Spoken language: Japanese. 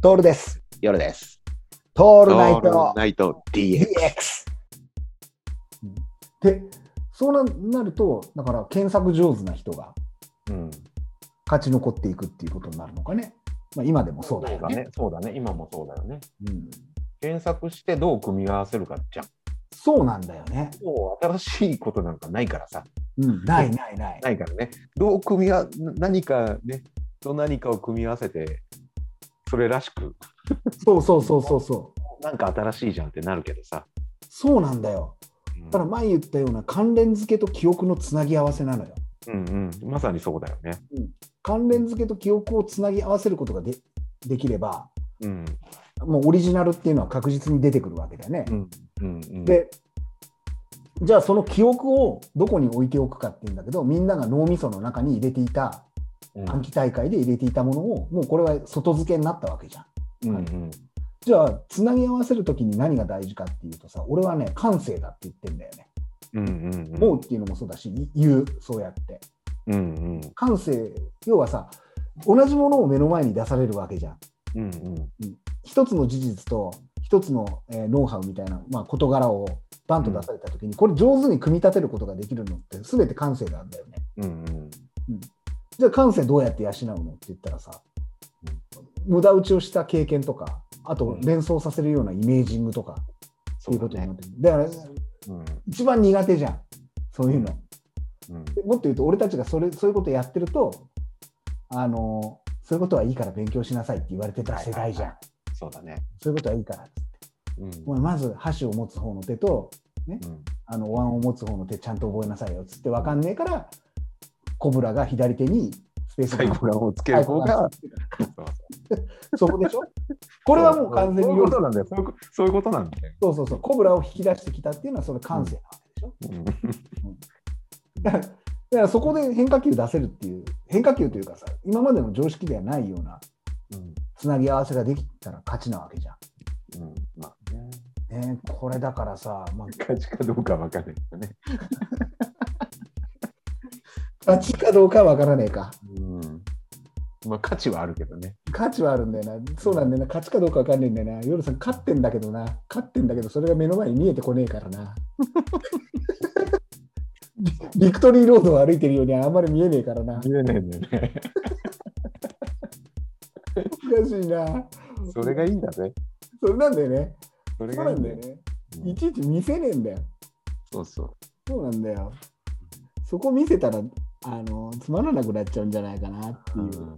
トールです。夜です。トオールナイトナイト DX。 DX。で、そうななると、だから検索上手な人がうん。勝ち残っていくっていうことになるのかね。まあ、今でもそうだそうよだね。ね。そうだね。今もそうだよね。うん、検索してどう組み合わせるかじゃん。そうなんだよね。もう新しいことなんかないからさ。うん、ないないない。ないからね。どう組み合わ、な何かね、と何かを組み合わせて、それらしく、そうそうそうそうそう。なんか新しいじゃんってなるけどさ。そうなんだよ。うんだから前言ったような関連付けと記憶のつなぎ合わせなのよ。うんうん。まさにそうだよね。関連付けと記憶をつなぎ合わせることがでできれば、うん。もうオリジナルっていうのは確実に出てくるわけだよね。うん。うんうん、でじゃあその記憶をどこに置いておくかっていうんだけどみんなが脳みその中に入れていたうん、短期大会で入れていたものをもうこれは外付けになったわけじゃん。うんうん。じゃあつなぎ合わせる時に何が大事かっていうとさ俺はね感性だって言ってんだよね。うんうんうん。思うっていうのもそうだし言うそうやって。うんうん。感性要はさ同じものを目の前に出されるわけじゃん。うんうん。一つの事実と一つの、えーノウハウみたいな、まあ、事柄をバンと出された時に、これ上手に組み立てることができるのって全て感性なんだよね。うんうん。じゃあ感性どうやって養うのって言ったらさ、無駄打ちをした経験とかあとうん連想させるようなイメージングとかってそいううことだになねっ。てるだからうん一番苦手じゃんそういうの。うん。でもっと言うと俺たちがそれそういうことやってるとあのそういうことはいいから勉強しなさいって言われてた世代じゃん。そうだね。そういうことはいいからっつって。うん。お前まず箸を持つ方の手とうんあのお椀を持つ方の手ちゃんと覚えなさいよっつって分かんねえからコブラが左手にスペース最後らをつける方が、そこでしょこれはもう完全にそういうよことなんだよ。そういうこそういうことなんだよ。そうそうそうコブラを引き出してきたっていうのはそれ感性なわけでしょ、だからだからそこで変化球出せるっていう変化球というかさ今までの常識ではないようなうんつなぎ合わせができたら勝ちなわけじゃうんまあね、ん。ねえ、これだからさ、まあ、勝ちかどうかわかんないけどね。勝ちかどうかは分からねえかうんまあ価値はあるけどね。価値はあるんだよな。そうなんだよな。勝ちかどうかわかんないんだよな。夜さん、勝ってんだけどな。勝ってんだけど、それが目の前に見えてこねえからな。 ビビクトリーロードを歩いてるようにあんまり見えねえからな。見えないんだよね。難しいな。それがいいんだぜ。それなんだよね。それそうがないいんんだだよよ。ね。うんいちいち見せねえんだよ。そうそう。そうなんだよ。そこ見せたら、あの、つまらなくなっちゃうんじゃないかなっていう。うん